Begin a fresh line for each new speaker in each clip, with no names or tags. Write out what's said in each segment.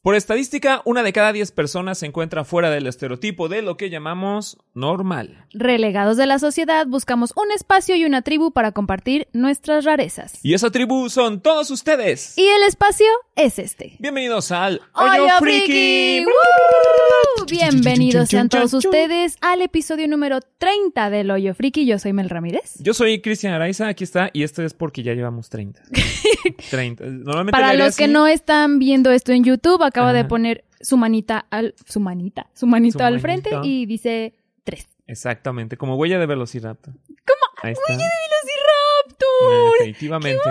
Por estadística, una de cada diez personas se encuentra fuera del estereotipo de lo que llamamos normal.
Relegados de la sociedad, buscamos un espacio y una tribu para compartir nuestras rarezas.
Y esa tribu son todos ustedes.
Y el espacio es este.
Bienvenidos al
¡Hoyo
Hoyo
Friki!
Friki.
¡Woo! Bienvenidos sean todos ustedes al episodio número 30 del Hoyo Friki. Yo soy Mel Ramírez.
Yo soy Cristian Araiza, aquí está, y esto es porque ya llevamos 30. 30. Normalmente
Para
la haría
los que
así.
no están viendo esto en YouTube, acabo de
Ajá.
poner su manita al... su manita, su manito
Su
al
manito.
frente y dice 3.
Exactamente, como huella de Velociraptor.
¿Cómo?
Ahí está.
¡Velociraptor!
Efectivamente.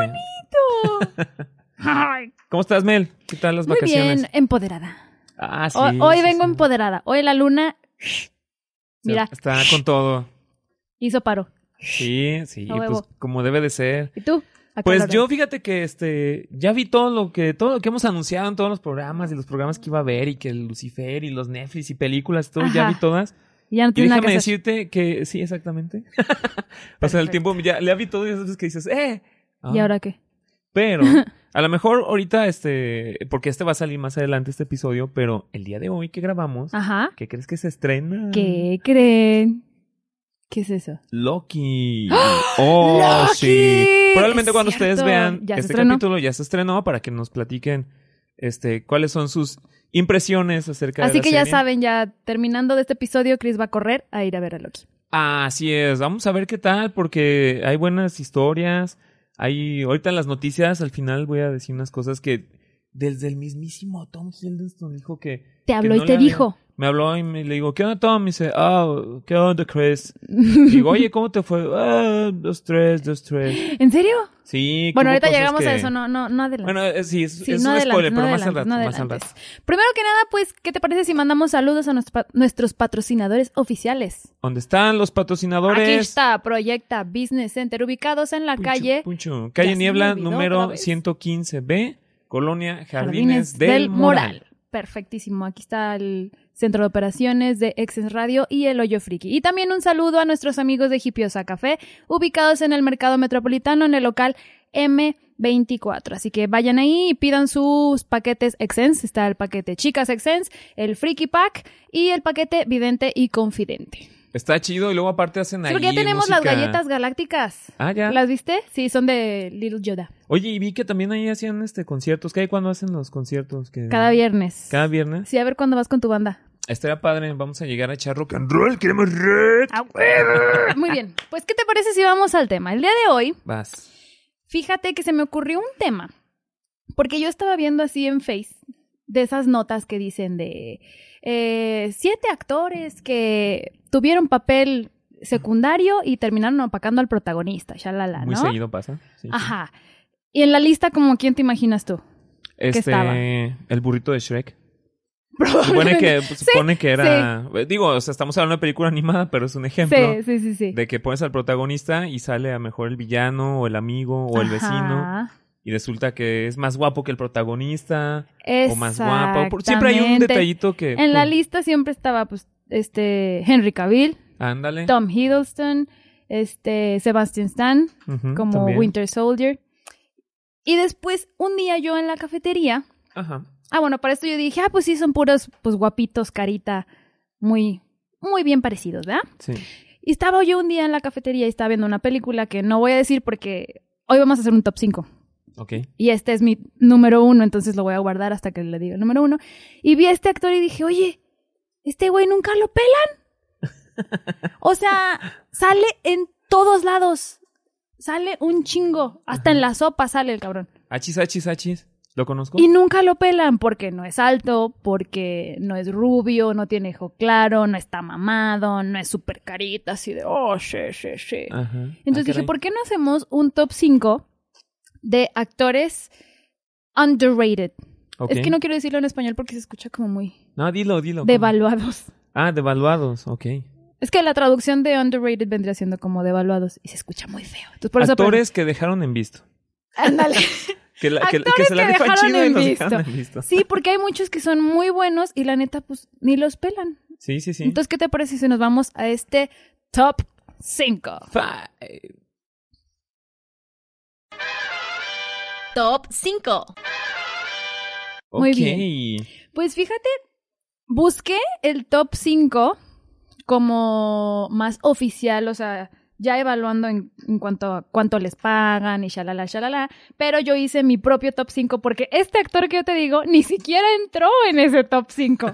Ay,
¿Cómo estás, Mel? ¿Qué tal las
Muy
vacaciones?
bien, empoderada.
Ah, sí.
Ho- hoy
sí,
vengo
sí.
empoderada. Hoy la luna
Se-
Mira.
Está con todo.
hizo paro.
Sí, sí,
A
pues
huevo.
como debe de ser.
¿Y tú?
Pues
Acalorada.
yo fíjate que este ya vi todo lo que todo lo que hemos anunciado en todos los programas y los programas que iba a ver y que el Lucifer y los Netflix y películas todo ya
Ajá.
vi todas
Ya no
y
tiene nada
déjame
que hacer.
decirte que sí exactamente o sea el
Perfecto.
tiempo ya le vi todo y esas veces que dices eh Ah,
¿Y ahora qué?
pero a lo mejor ahorita este porque este va a salir más adelante este episodio pero el día de hoy que grabamos
Ajá.
¿qué crees que se estrena
Ah. ¿Qué creen? ¿Qué es eso?
Loki. Oh,
¡Loki!
sí. Probablemente
Es
cuando ustedes
cierto.
vean
Ya se
este
estrenó.
capítulo ya se estrenó para que nos platiquen este cuáles son sus impresiones acerca de
Así
la
que ya
serie.
saben, ya terminando de este episodio, Chris va a correr a ir a ver a Loki.
Así es. Vamos a ver qué tal porque hay buenas historias. Hay ahorita en las noticias al final voy a decir unas cosas que desde el mismísimo Tom Hiddleston dijo que
Te habló
no
y
la
te
vean.
dijo.
me habló y me le digo, "¿Qué onda, Tom?" Y dice, "Ah, ¿qué onda, Chris?" Y digo, "Oye, ¿cómo te fue?" "Ah, dos tres, dos tres."
¿En serio?
Sí. que
Bueno,
hubo
ahorita
cosas
llegamos a
que-
eso, no, no, no adelante.
Bueno, eh, sí, es,
Sí,
es
no
un
adelantes,
spoiler,
no
pero más al
adelantes,
rato,
no
más al
adelantes.
rato.
Primero que nada, pues, ¿qué te parece si mandamos saludos a nuestros pa- nuestros patrocinadores oficiales?
¿Dónde están los patrocinadores?
Aquí está Proyecta Business Center, ubicados en la
Punchu,
calle
Punchu. Calle
se me
Niebla,
olvidó otra
número
vez.
115B, Colonia Jardines,
Jardines
del, Moral.
Perfectísimo. Aquí está el centro de operaciones de Exes Radio y el Hoyo Friki. Y también un saludo a nuestros amigos de Hipiosa Café, ubicados en el mercado metropolitano en el local M24. Así que vayan ahí y pidan sus paquetes Exens. Está el paquete Chicas Exens, el Friki Pack y el paquete Vidente y Confidente. Sí,
Está chido y luego aparte hacen ahí
porque ya tenemos las
música.
galletas galácticas.
Ah, ya.
¿Las viste? Sí, son de Little Yoda.
Oye, y vi que también ahí hacían este conciertos. ¿Qué hay cuando hacen los conciertos? Que...
Cada viernes.
Cada viernes.
Sí, a ver cuándo vas con tu banda.
Estaría padre, vamos a llegar a echar rock and roll, queremos rock.
Ah, Muy bien, pues ¿qué te parece si vamos al tema? El día de hoy,
Vas.
fíjate que se me ocurrió un tema, porque yo estaba viendo así en Face de esas notas que dicen de eh, siete actores que tuvieron papel secundario y terminaron opacando al protagonista, shalala, ¿no?
Muy seguido pasa. Sí, sí.
Ajá. Y en la lista, como quién te imaginas tú?
Este,
estaba?
el burrito de Shrek. supone que, supone que era. eh, Digo, o sea, estamos hablando de película animada, pero es un ejemplo.
Sí, sí, sí, sí.
De que pones al protagonista y sale a lo mejor el villano o el amigo o el vecino.
Ajá.
Y resulta que es más guapo que el protagonista. O más guapo. Por-
Exactamente.
Siempre hay un detallito que.
En la
pum,
lista siempre estaba, pues, este, Henry Cavill,
Ándale.
Tom Hiddleston, este, Sebastian Stan,
Ujú,
como
Mm, también.
Winter Soldier. Y después, un día yo en la cafetería,
Ajá.
ah, bueno, para esto yo dije, ah, pues sí, son puros, pues, guapitos, carita, muy, muy bien parecidos, ¿verdad?
Sí.
Y estaba yo un día en la cafetería y estaba viendo una película que no voy a decir porque hoy vamos a hacer un top 5.
Ok.
Y este es mi número uno, entonces lo voy a guardar hasta que le diga el número uno. Y vi a este actor y dije, oye, este güey nunca lo pelan. O sea, sale en todos lados. Sale un chingo. Hasta en la sopa sale el cabrón.
Achis, achis, achis. ¿Lo conozco?
Y nunca lo pelan porque no es alto, porque no es rubio, no tiene ojo claro, no está mamado, no es súper carita, así de, oh, sí, sí, sí.
Ajá.
Entonces
Ah,
dije,
caray.
¿por qué no hacemos un top 5 de actores underrated?
Ok.
Es que no quiero decirlo en español porque se escucha como muy
No, dilo, dilo. ¿cómo?
devaluados.
Ah, devaluados. Ok.
Es que la traducción de underrated vendría siendo como devaluados y se escucha muy feo. Entonces, por eso
Actores que dejaron en visto.
Ándale.
Que, la- que- que
Actores
se la
que
rifan
dejaron
chido y
en
nos
visto.
dejaron en visto.
Sí, porque hay muchos que son muy buenos y la neta, pues ni los pelan.
Sí, sí, sí.
Entonces, ¿qué te parece si nos vamos a este top 5?
Fa-
eh,
Top 5.
Muy
Ok.
bien. Pues fíjate, busqué el top 5 como más oficial, o sea, ya evaluando en, en cuanto a cuánto les pagan y shalala, shalala, pero yo hice mi propio top 5 porque este actor que yo te digo ni siquiera entró en ese top 5.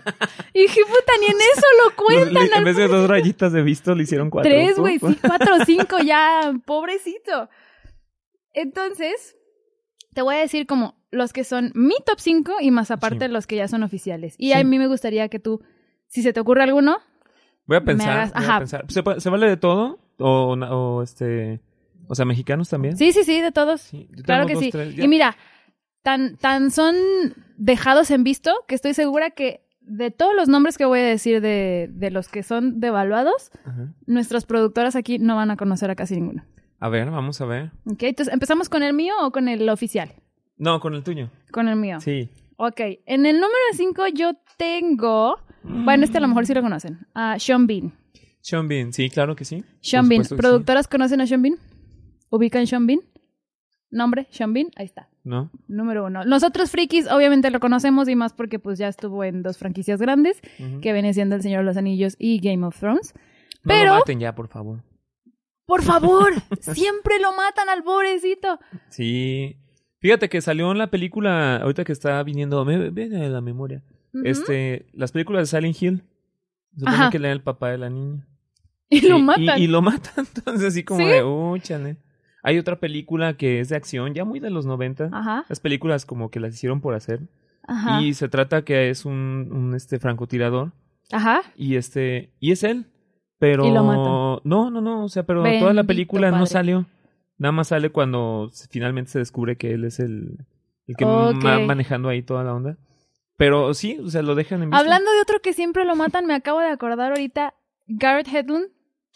Y dije, puta, ni en eso lo cuentan.
en
al
vez de dos rayitas de visto, le hicieron cuatro.
Tres, güey,
Uf,
sí, cuatro, cinco, ya, pobrecito. Entonces, te voy a decir como los que son mi top cinco y más aparte
Sí.
los que ya son oficiales. Y
Sí.
a mí me gustaría que tú, si se te ocurre alguno,
Voy a
me
pensar.
hagas-
voy a
ajá.
pensar. ¿Se, pa- se vale de todo? ¿O, na- o este. O sea, mexicanos también?
sí, sí, sí, de todos,
Sí, yo
claro
tengo
que
dos,
sí.
tres, ya.
y mira, tan, tan son dejados en visto que estoy segura que de todos los nombres que voy a decir de, de los que son devaluados,
Ajá.
nuestras productoras aquí no van a conocer a casi ninguno.
A ver, vamos a ver.
¿Ok? Entonces, ¿empezamos con el mío o con el oficial?
No, con el tuyo.
Con el mío.
Sí.
Ok, en el número 5 yo tengo. Bueno, este a lo mejor sí lo conocen. A Sean Bean.
Mm, Sean Bean, sí, claro que sí.
Sean
Por
Bean.
supuesto que sí.
¿Productoras conocen a Sean Bean? ¿Ubican Sean Bean? Nombre, Sean Bean. Ahí está.
¿No?
Número uno. Nosotros frikis obviamente lo conocemos y más porque pues ya estuvo en dos franquicias grandes,
Ujú.
que viene siendo El Señor de los Anillos y Game of Thrones.
No
pero-
lo maten ya, por favor.
Por favor, siempre lo matan al pobrecito.
Sí. Fíjate que salió en la película, ahorita que está viniendo, me viene a la memoria.
Ujú.
Este, las películas de Silent Hill. Se Supone
Ajá.
que le da el papá de la niña.
y lo
Y- y-
matan.
Y, lo matan, entonces así como
¿Sí?
de, oh, chale. Hay otra película que es de acción, ya muy de los 90.
Ajá,
Las películas como que las hicieron por hacer.
Ah. ajá,
Y se trata que es un, un, este francotirador.
ajá.
Y este, y es él. Pero.
Y lo matan.
No, no, no. O sea, pero toda la
Bendito
película no
padre.
salió. Nada más sale cuando se- finalmente se descubre que él es el, el que
Ok.
va manejando ahí toda la onda. Pero sí, o sea, lo dejan en visto.
Hablando de otro que siempre lo matan, me acabo de acordar ahorita. Garrett Hedlund.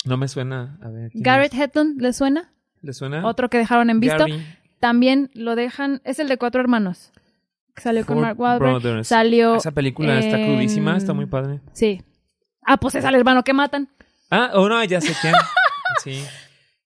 No me suena. A ver. ¿quién
Garrett
es?
Hedlund, ¿le suena?
¿Le suena?
Otro que dejaron en visto.
Gary
También lo dejan. Es el de Cuatro Hermanos. que Salió con
Ford
Mark Wahlberg.
Brothers. Ah,
Salió.
Esa película está
en-
crudísima, está muy padre.
Sí. Ah, pues es al hermano que matan.
Ah, oh no, ya sé quién. Sí.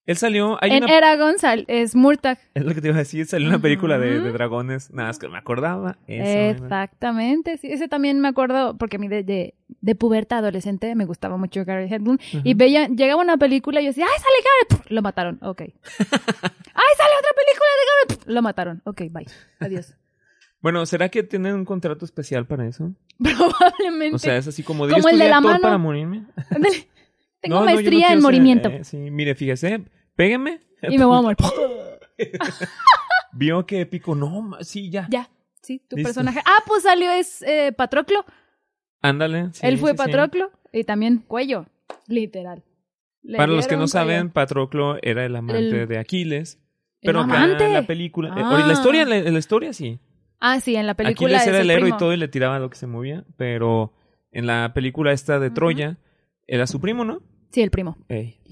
Él salió. Hay
en
una.
Eragon sal- es Murtag.
Es lo que te iba a decir, salió una película de,
Ujú.
de dragones. Nada, es que me acordaba. Eso, ¿verdad?
Exactamente. sí, ese también me acuerdo porque a mí de, de, de puberta adolescente me gustaba mucho Garrett Hedlund. Y
Ujú.
veía, llegaba una película y yo decía, ¡ay, sale Garrett! Pf, Lo mataron, ok. ¡Ay, sale otra película de Garrett! Pf, Lo mataron, ok, bye. Adiós.
Bueno, ¿será que tienen un contrato especial para eso?
Probablemente.
O sea, es así como de,
Como
"Yo
el de
estudié
la
actor
mano.
para morirme.
Ándale. Tengo
No, no, yo no
maestría
quiero
en
ser,
movimiento.
eh, sí, mire, fíjese, pégueme.
y me voy a morir. Pf,
Vio que pico, no, ma- sí, ya.
ya. Sí, tu
Listo.
personaje. Ah, pues salió es eh, Patroclo.
Ándale. sí,
Él fue
sí, sí.
Patroclo. Y también Cuello. Literal. Le
Para los que
dieron
no
cuello.
saben, Patroclo era el amante
El-
de Aquiles.
El
Pero acá
amante.
en la película, eh, ori- la
Ah.
historia, la, la historia sí.
Ah, sí, en la película.
Aquiles
es
era el héroe y
primo.
todo y le tiraba lo que se movía, pero en la película esta de
Ujú.
Troya era su primo, ¿no?
Sí, el primo.
Ey. Mm.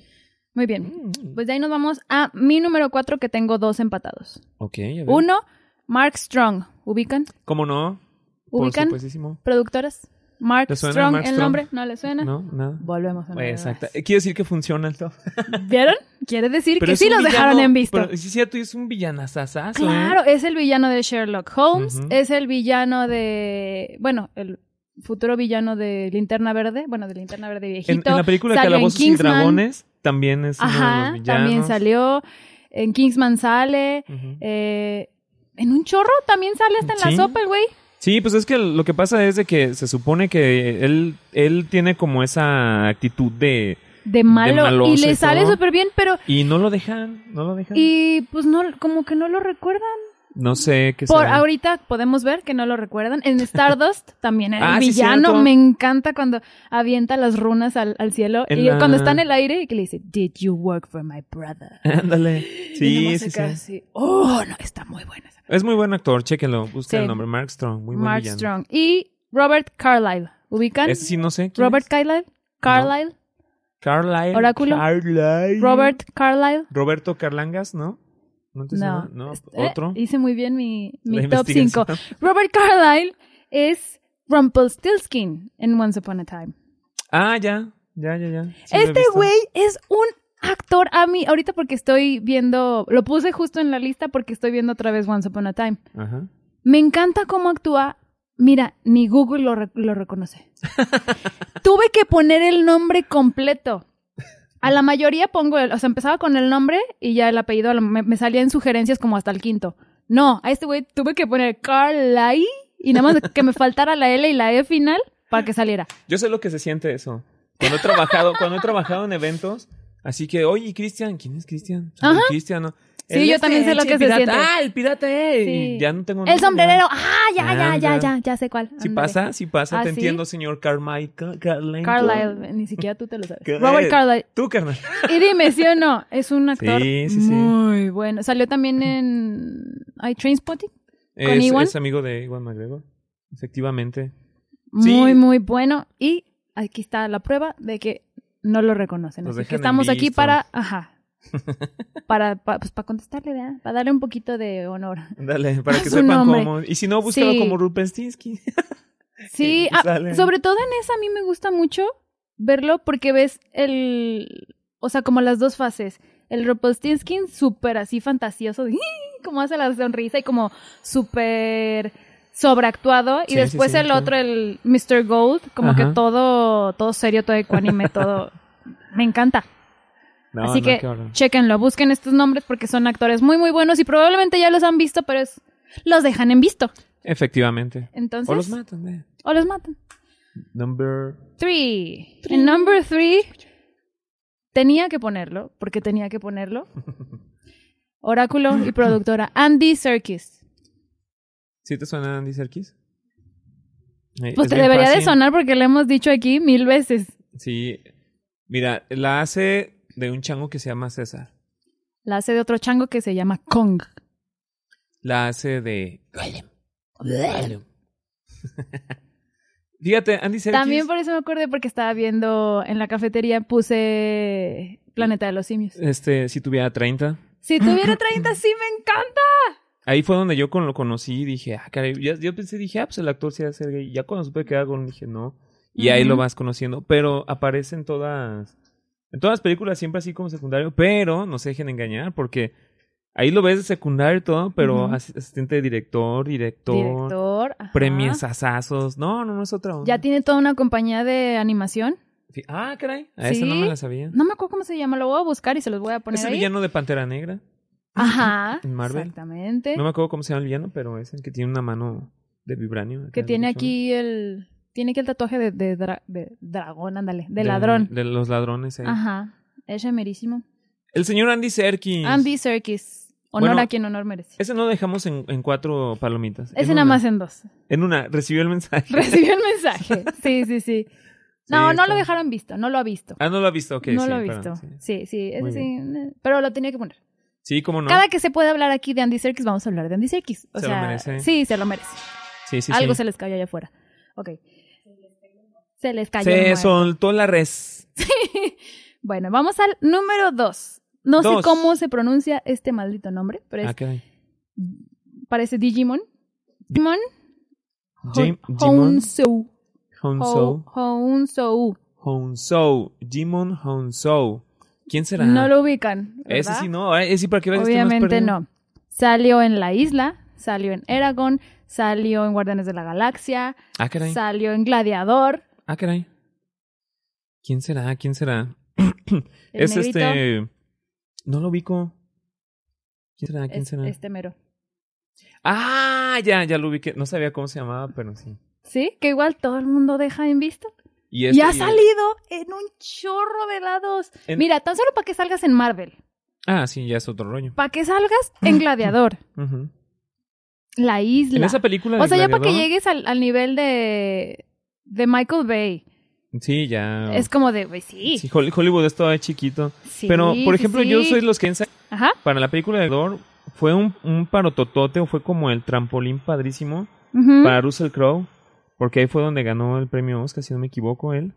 Muy bien. Pues de ahí nos vamos a mi número cuatro que tengo dos empatados.
Ok, a ver.
Uno, Mark Strong. ¿Ubican?
¿Cómo no?
¿Ubican?
Por supuestísimo.
productoras. Mark
¿Le suena
Strong,
Mark
el
Strong?
nombre, ¿no le suena?
No, nada.
Volvemos a
Pues,
ver.
Exacto. Eh, Quiero decir que funciona el top.
¿Vieron? Quiere decir que
es
sí
un
los
villano-
dejaron en visto.
Pero, sí, es cierto, es un villanazazazo. ¿eh?
Claro, es el villano de Sherlock Holmes,
Ujú.
es el villano de. Bueno, el futuro villano de Linterna Verde, bueno, de Linterna Verde
En,
viejito.
en la película
salió en
Calabozos y
Kingsman.
Dragones también es uno de
Ajá,
los villanos.
también salió. En Kingsman sale.
Ujú.
eh, en un chorro también sale hasta en
Sí.
la sopa el güey.
Sí, pues es que lo que pasa es de que se supone que él, él tiene como esa actitud de...
De malo.
maloso
y le
y
sale
todo.
súper bien, pero.
Y no lo dejan, no lo dejan.
Y pues no, como que no lo recuerdan.
No sé qué
Por
será.
ahorita podemos ver que no lo recuerdan. En Stardust también era
Ah,
el
sí,
villano.
cierto.
Me encanta cuando avienta las runas al, al cielo.
En
y
la-
cuando está en el aire y que le dice, Did you work for my brother?
Ándale.
Y
Sí, sí,
nomás se queda
sí.
así, Oh, no, está muy buena esa.
Es muy buen actor, chéquenlo. Busca
Sí.
el nombre, Mark Strong. Muy buen
Mark
villano.
Strong. Y Robert Carlyle. ¿Ubican?
Ese sí no sé. quién
Robert
es.
Carlyle. Carlyle.
Carlyle.
Oráculo.
Carlyle.
Robert Carlyle.
Roberto Carlangas, ¿no? ¿No te
No.
suena? No,
Eh,
otro.
hice muy bien mi, mi
La
top 5.
investigación.
Robert Carlyle es Rumpelstiltskin en Once Upon a Time.
Ah, ya. Ya, ya, ya. Sí lo he
este
visto.
güey es un actor a mí. Ahorita porque estoy viendo, lo puse justo en la lista porque estoy viendo otra vez Once Upon a Time.
Ajá.
Me encanta cómo actúa. Mira, ni Google lo, re- lo reconoce. Tuve que poner el nombre completo. A la mayoría pongo, el, o sea, empezaba con el nombre y ya el apellido a lo- me, me salía en sugerencias como hasta el quinto. No, a este güey tuve que poner Carly y nada más que me faltara la L y la E final para que saliera.
Yo sé lo que se siente eso. Cuando he trabajado, cuando he trabajado en eventos, así que, oye, Cristian, ¿quién es Cristian? Ah,
Ajá.
Cristian, ¿no?
Sí,
El
yo también sé lo
che,
que se
pirata.
siente.
Ah, el pirata, eh.
Sí.
Y ya no tengo
El
nombre,
sombrerero, ah, ya, ya, ya,
Ándale.
ya, ya sé cuál.
Si
Ándale.
pasa, si pasa,
¿Ah,
te
sí?
entiendo, señor Carmichael. Carmichael.
Carlyle, ni siquiera tú te lo sabes.
¿Qué?
Robert Carlyle.
Tú, carnal.
Y dime, ¿sí o no? Es un actor
Sí, sí, sí.
muy bueno. Salió también en I Trainspotting.
Es,
Ewan?
es amigo de Iwan McGregor. Efectivamente. Sí.
Muy, muy bueno. Y aquí está la prueba de que no lo reconocen.
Nos
Así que
dejan en
estamos aquí
visto.
para. Ajá. Para, pa- pues, para contestarle, ¿verdad? Para darle un poquito de honor.
Dale, para que
Su
sepan
nombre.
cómo. Y si no, búscalo
Sí.
como Rupenstinsky.
Sí,
Y
ah,
sale.
sobre todo en esa a mí me gusta mucho verlo porque ves el, o sea, como las dos fases. El Rumpelstiltskin súper así fantasioso, de, como hace la sonrisa y como súper sobreactuado. Y
Sí, sí,
después
sí,
el
sí.
otro, el Mr. Gold, como
Ajá.
que todo, todo serio, todo ecuánime, todo... Me encanta.
No,
Así
no,
que
qué horror.
chéquenlo, busquen estos nombres porque son actores muy, muy buenos y probablemente ya los han visto, pero es, los dejan en visto.
Efectivamente.
Entonces,
O los matan, eh.
o los matan.
Number.
Three. En number three tenía que ponerlo, porque tenía que ponerlo. Oráculo y productora Andy Serkis.
¿Sí te suena Andy Serkis? Eh,
Pues
es
te
bien
debería de
fácil.
sonar porque lo hemos dicho aquí mil veces.
Sí. Mira, la hace de un chango que se llama César.
La hace de otro chango que se llama Kong.
La hace de. Fíjate, Andy Serkis.
También por eso me acordé porque estaba viendo en la cafetería puse Planeta de los Simios.
Este, si tuviera 30.
Si tuviera 30 sí me encanta.
Ahí fue donde yo con lo conocí y dije, ah, caray, ya- yo pensé, dije, ah, pues el actor se hace gay. Ya cuando supe que era gay, dije, no. Y ahí
Ujú.
lo vas conociendo, pero aparece en todas, en todas las películas, siempre así como secundario, pero no se dejen engañar porque ahí lo ves de secundario y todo, pero
Ujú.
as- asistente de director, director,
Director. ajá.
premios, asazos. No, no, no es otra onda.
Ya tiene toda una compañía de animación.
Sí, Ah, caray, a esa no
Sí.
me la sabía.
No me acuerdo cómo se llama, lo voy a buscar y se los voy a poner
Es el
ahí.
villano de Pantera Negra.
Ajá.
en Marvel.
Exactamente.
No me acuerdo cómo se llama el villano, pero es el que tiene una mano de vibranio. acá,
que tiene
bien chula.
aquí el. Tiene aquí el tatuaje de, de dra- de dragón, ándale. De
Del-
ladrón.
De los ladrones. eh.
Ajá. Ese merísimo.
El señor Andy Serkis.
Andy Serkis. Honor
Bueno,
a quien honor merece.
Ese no lo dejamos en, en cuatro palomitas.
Ese
En
nada
una.
más en dos.
En una, recibió el mensaje.
Recibió el mensaje. Sí, sí, sí.
Sí,
No, no
está.
lo dejaron visto. No lo ha visto.
Ah, no lo ha visto, ok.
no
sí,
lo ha visto.
perdón, sí.
sí, sí. ese
Muy
sí, eh, Pero lo tenía que poner.
Sí, cómo no.
Cada que se puede hablar aquí de Andy Serkis, vamos a hablar de Andy Serkis. O
Se lo
sea,
merece.
sí, se lo merece.
Sí, sí,
Algo
sí.
se les cayó allá afuera. Ok. Se les cayó. el
Se
muerto.
soltó la res.
Bueno, vamos al número dos. No sé
Dos.
cómo se pronuncia este maldito nombre, pero es-
Ah, caray.
parece Digimon. Digimon
Jim-
Ho-
Jimon
Hounsou.
Hounsou.
Ho- Hounsou.
Hounsou. Jimon Hounsou. ¿Quién será?
No lo ubican. ¿verdad?
Ese sí no. eh, Ese sí para que veas estoy más
Obviamente
perdido.
no. Salió en La Isla, salió en Eragon, salió en Guardianes de la Galaxia,
Ah, caray.
salió en Gladiador.
Ah, caray. ¿Quién será? ¿Quién será?
El
es
negrito,
este. No lo ubico. ¿Quién será? ¿Quién
es-
será?
Este mero.
Ah, ya, ya lo ubiqué. No sabía cómo se llamaba, pero sí.
¿Sí? Que igual todo el mundo deja en vista.
Y,
Y
este-
ha salido en un chorro de lados.
En-
Mira, tan solo para que salgas en Marvel,
Ah, sí, ya es otro rollo.
para que salgas en Gladiador,
Ujú.
La
En
Isla.
esa película.
O
del
sea, ya para que
gladiador-
llegues al, al nivel de, de Michael Bay.
Sí, ya.
Es como de, güey, sí,
Ah. Sí, Hol- Hollywood es todo chiquito.
sí,
pero, por
sí,
ejemplo,
sí.
yo soy los que ensa-
Ajá.
para la película de Gladiador fue un, un parototote o fue como el trampolín padrísimo
ujú.
para Russell Crowe. Porque ahí fue donde ganó el premio Oscar, si no me equivoco, él.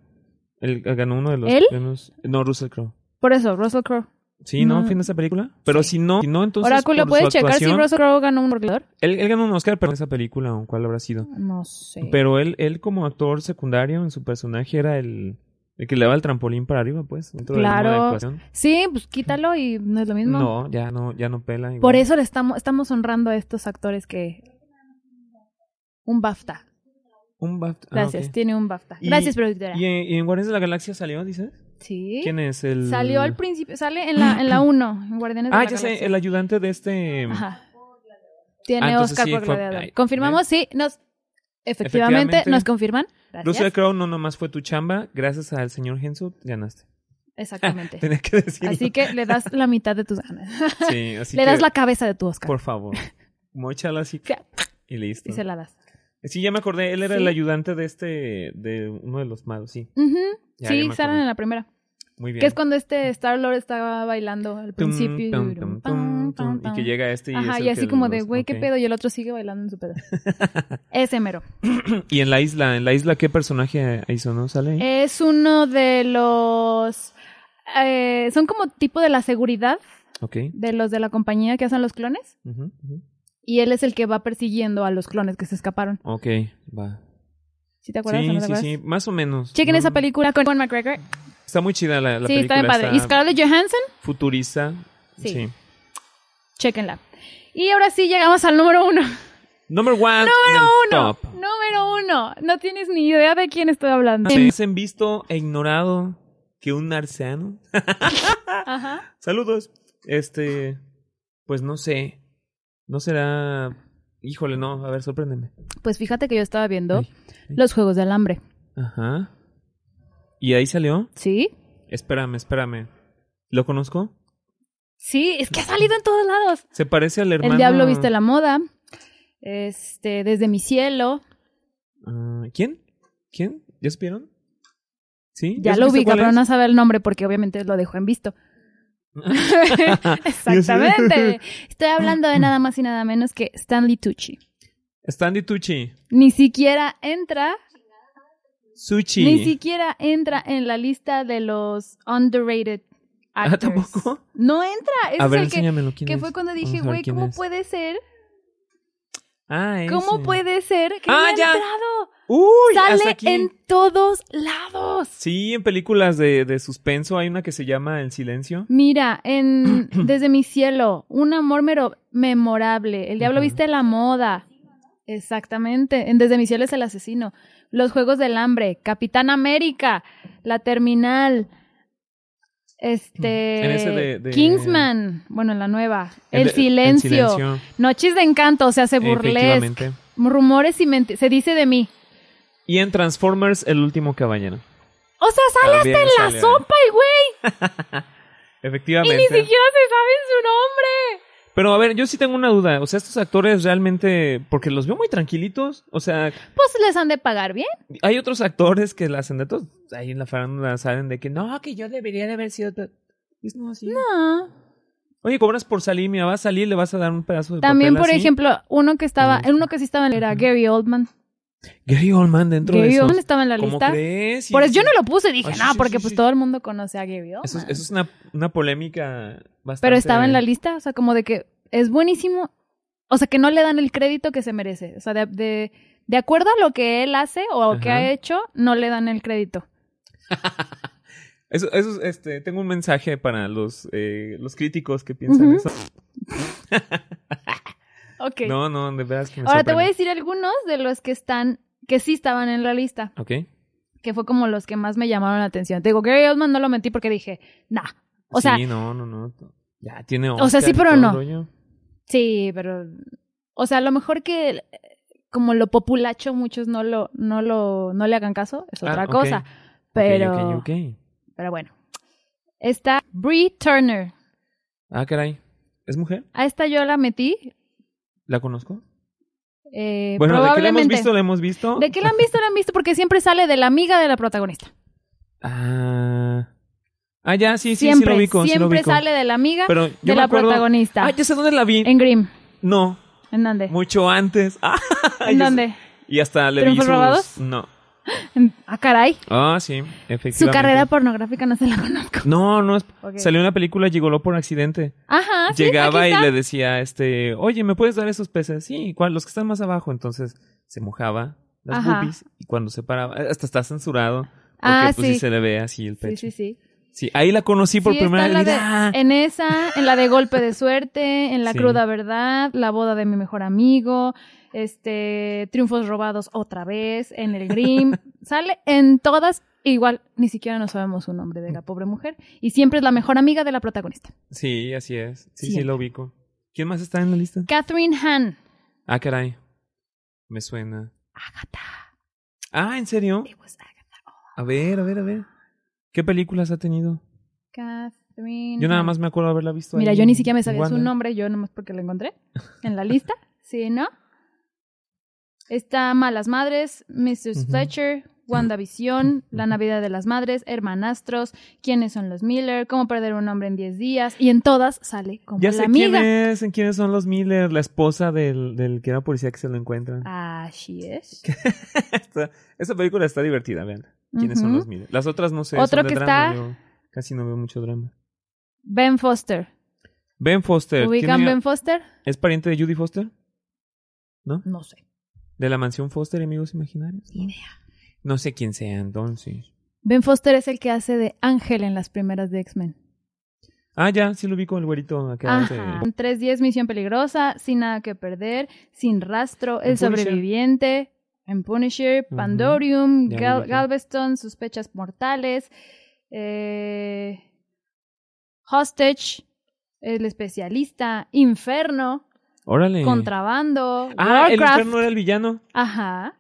Él ganó uno de los
¿Él?
premios. No, Russell Crowe.
Por eso, Russell Crowe.
Sí, ¿no?
No.
¿Fue en esa película? Pero si no, si no entonces.
Oráculo,
por
¿puedes
su
checar si
actuación-
Russell Crowe ganó un Gladiador?
Él, él ganó un Oscar, pero en esa película, o cuál habrá sido.
No sé.
Pero él, él como actor secundario en su personaje era el, el que le daba el trampolín para arriba, pues. Dentro del mundo de
Claro.
actuación.
Sí, pues quítalo y no es lo mismo.
No, ya no, ya no pela. igual.
Por eso le estamos, estamos honrando a estos actores que... Un BAFTA.
Un BAFTA. Ah,
Gracias,
ok.
tiene un BAFTA.
Y-
Gracias, productora.
¿Y en, y en Guardianes de la Galaxia salió, dices?
sí.
¿Quién es el...?
Salió al principio, sale en la, en la 1, en Guardianes de
Ah,
la
ya sé,
Galaxia.
el ayudante de este...
Ajá. Tiene
Ah, entonces
Oscar
sí,
por
fue-
gladiador.
ay,
¿Confirmamos? Sí, nos... Efectivamente,
Efectivamente.
¿nos confirman? Gracias.
Russell Crowe no nomás fue tu chamba, gracias al señor Henson ganaste.
Exactamente.
Tenía que decirlo.
Así que le das la mitad de tus ganas.
Sí, así
le
que,
das la cabeza de tu Oscar.
Por favor, mochala así
Fia.
y listo.
Y se la das.
Sí, ya me acordé, él era
Sí.
el ayudante de este, de uno de los magos, sí.
Ujú.
Ya, ya
sí,
me
salen
acordé.
en la primera.
Muy bien.
Que es cuando este Star-Lord estaba bailando al
Tum,
principio.
tum, tum, tum, tum, y que llega este y es
Ajá,
el
y así
que
como de,
los-
güey, qué
ok.
pedo, y el otro sigue bailando en su pedo. Ese mero.
Y en la isla, en la isla, ¿qué personaje hizo, no? ¿Sale? ahí?
Es uno de los... eh, son como tipo de la seguridad
ok.
de los de la compañía que hacen los clones.
Ujú, ujú.
Y él es el que va persiguiendo a los clones que se escaparon.
Ok, va.
¿Sí te acuerdas? o
Sí,
no te
sí,
acuerdas?
sí, más o menos.
Chequen
No,
esa
no.
película con Juan McGregor.
Está muy chida la, la
sí,
película.
está bien padre. ¿Y Scarlett Johansson?
futurista.
Sí.
Sí.
Chequenla. Y ahora sí llegamos al número uno.
Number one.
Número
del
uno.
top.
Número uno. No tienes ni idea de quién estoy hablando.
¿Se han visto e ignorado que un narciano?
Ajá.
Saludos. Este, pues no sé. No será. Híjole, no. A ver, sorpréndeme.
Pues fíjate que yo estaba viendo
Ay, ay.
los Juegos del Hambre.
Ajá. ¿Y ahí salió?
¿Sí?
Espérame, espérame. ¿Lo conozco?
Sí, es que ha salido en todos lados.
Se parece al hermano.
El Diablo Viste la Moda. Este, Desde mi Cielo.
Ah, ¿Quién? ¿Quién? ¿Ya supieron? ¿Sí?
Ya lo
supiste
ubica,
cuál
pero
es?
no sabe el nombre porque obviamente lo dejó en visto. Exactamente. Estoy hablando de nada más y nada menos que Stanley Tucci.
Stanley Tucci.
Ni siquiera entra,
Suchi.
ni siquiera entra en la lista de los underrated actors.
Ah, ¿tampoco?
No entra. Ese
A ver,
es el
enséñamelo.
que,
¿quién
que
es?
fue cuando
Vamos
dije,
a ver
güey,
quién
¿cómo
es.
puede ser?
Ah,
¿Cómo
ese.
puede ser que no
Ah,
ha
ya.
entrado?
¡Uy! hasta
Sale
aquí.
en todos lados.
Sí, en películas de, de suspenso hay una que se llama El Silencio.
Mira, en Desde mi cielo, un amor mero- memorable. El diablo
Ujú.
viste la moda. Exactamente. En Desde mi cielo es el asesino. Los Juegos del Hambre, Capitán América, La Terminal. Este.
Mm. En ese de- de-
Kingsman. Bueno, en la nueva. El,
de-
silencio.
El silencio.
Noches de encanto, o sea, se burlesque.
Efectivamente.
Rumores y mentiras. Se dice de mí.
Y en Transformers, El Último Caballero.
O sea, sale
También
hasta Ah, en
Ah, sale
la
ahí.
sopa el güey.
Efectivamente.
Y ni siquiera se sabe su nombre.
Pero a ver, yo sí tengo una duda. O sea, estos actores realmente, porque los veo muy tranquilitos. O sea,
Pues les han de pagar bien.
hay otros actores que las andatos ahí en la farándula salen de que no, que yo debería de haber sido. ta-". Y es, no, sí.
No.
Oye, cobras por salir, mira, vas a salir, le vas a dar un pedazo de
También,
papel
por
así.
ejemplo, uno que estaba,
Ujú.
uno que sí estaba en era
Ujú.
Gary Oldman.
Gary Oldman dentro de
Gary
eso.
Oldman estaba en la
¿Cómo
lista.
crees? Sí,
por eso yo
sí.
no lo puse, dije,
Ah, sí,
no,
sí,
porque
sí,
pues
sí.
todo el mundo conoce a Gary Oldman.
Eso, es- eso es una, una polémica bastante.
Oh, Pero estaba en la lista, o sea, como de que es buenísimo, o sea, que no le dan el crédito que se merece. O sea, de, de, de acuerdo a lo que él hace o a lo que
Ajá.
ha hecho, no le dan el crédito.
Eso, eso, es, este, tengo un mensaje para los, eh, los críticos que piensan
Ujú.
eso.
Ok.
No, no, de veras que me
Ahora te voy a
sorprende.
decir algunos de los que están, que sí estaban en la lista,
Ok.
que fue como los que más me llamaron la atención. Te digo, Gary Oldman no lo mentí porque dije, nah. O sea,
sí, no, no, no. Ya tiene
O sea,
Oscar
sí,
y
pero
todo el
no.
rollo.
Sí, pero. O sea, a lo mejor que eh, como lo populacho muchos no lo, no lo, no le hagan caso, es
Ah,
otra
ok.
cosa.
Ok, ok,
Pero.
ok.
Pero bueno. Está Brie Turner.
Ah, caray. ¿Es mujer?
A esta yo la metí.
¿La conozco?
eh,
bueno, de que la hemos
probablemente.
visto, la hemos visto.
¿De qué la han visto? La han visto porque siempre sale de la amiga de la protagonista.
Ah. Ah, ya, sí, sí, sí
siempre,
lo ubico, sí lo
siempre
ubico.
sale de la amiga
Pero yo
de
me
la
acuerdo-
protagonista.
Ah, ya sé dónde la vi.
En Grimm.
No,
¿En dónde?
mucho antes. Ah,
¿En
ya sé.
dónde?
Y hasta le vi
¿Triunfos
sus...
robados?
No.
En- Ah, caray.
Ah, sí, efectivamente.
Su carrera pornográfica no se la conozco.
No, no es...
Ok.
Salió en la película Gigoló por accidente.
Ajá, sí,
Llegaba
aquí
y
está.
le decía, este, oye, ¿me puedes dar esos peces? Sí, ¿cuál? los que están más abajo. Entonces se mojaba las
Ajá.
boobies y cuando se paraba, eh, hasta está censurado. Porque
Ah,
pues
sí.
sí se le ve así el
Sí,
pecho.
sí, sí.
Sí, ahí la conocí por
Sí,
primera
está
vez.
en, la de- eh.
¡Ah!
en esa, en la de Golpe de Suerte, en La
Sí.
Cruda Verdad, La Boda de mi Mejor Amigo, este, Triunfos Robados otra vez, en El Grimm. sale en todas, igual ni siquiera no sabemos su nombre
Mm.
de la pobre mujer. Y siempre es la mejor amiga de la protagonista.
Sí, así es. Sí, sí,
Siempre.
lo ubico. ¿Quién más está en la lista?
Catherine Hahn.
Ah, caray. Me suena. Ah, ¿en serio?
It was Agatha.
A ver, a ver, a ver. ¿Qué películas ha tenido?
Catherine
Yo nada
Hahn.
más me acuerdo haberla visto.
Mira,
ahí
yo ni
en
siquiera me sabía su
Warner.
nombre, yo nomás porque lo encontré en la lista. sí, ¿no? Está Malas Madres, Mrs.
Ujú.
Fletcher, WandaVision, La Navidad de las Madres, Hermanastros, ¿Quiénes son los Miller? ¿Cómo perder un hombre en 10 días? Y en todas sale como
Ya
la
sé
amiga.
quién es, en quiénes son los Miller, la esposa del, del que era policía que se lo encuentran.
Ah, she is.
Esta- esa película está divertida, vean. ¿Quiénes son
Ujú.
los Miller? Las otras no sé.
Otro
son de
que
drama,
está-
yo casi no veo mucho drama.
Ben Foster.
Eh, Ben Foster.
¿Ubican
¿tiene-
Ben Foster?
¿Es pariente de Judy Foster?
No sé.
¿De la mansión Foster y amigos imaginarios?
Ni idea.
No sé quién sea entonces.
Ben Foster es el que hace de Ángel en las primeras de X-Men.
Ah, ya, sí lo vi con el güerito acá. este. de-
Ajá. 310, Misión Peligrosa, Sin Nada que Perder, Sin Rastro,
En
El
Punisher.
Sobreviviente, En Punisher,
Ujú.
Pandorium,
Ya
Gal-
ubiqué.
Galveston, Sospechas Mortales, eh, Hostage, El Especialista, Inferno,
Órale.
Contrabando,
Ah, el
Warcraft.
inferno era el villano.
Ajá.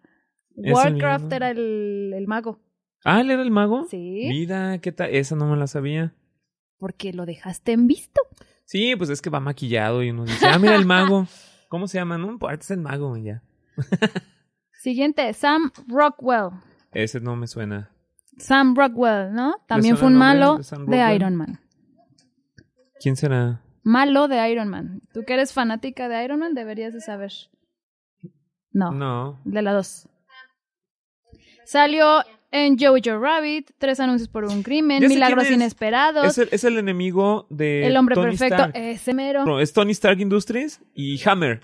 Es el
Warcraft
mismo.
era el, el mago.
Ah, él era el mago.
Sí,
Mira, ¿qué tal? Esa no me la sabía.
porque lo dejaste en visto.
Sí, pues es que va maquillado y uno dice, ah, mira el mago. ¿Cómo se llama? No importa, es el mago y ya.
Siguiente, Sam Rockwell.
Ese no me suena.
Sam Rockwell, ¿no? También
suena
fue un
el nombre
malo
de Sam
de
Rockwell?
Iron Man.
¿Quién será?
Malo de Iron Man. Tú que eres fanática de Iron Man, deberías de saber. No,
No.
de la dos. Salió en Jojo Rabbit, Tres anuncios por un crimen,
Ya sé
Milagros
quién es.
inesperados,
Es el, es el enemigo de.
El hombre
Tony
perfecto, eh.
Stark.
ese mero.
No, es Tony Stark Industries y Hammer.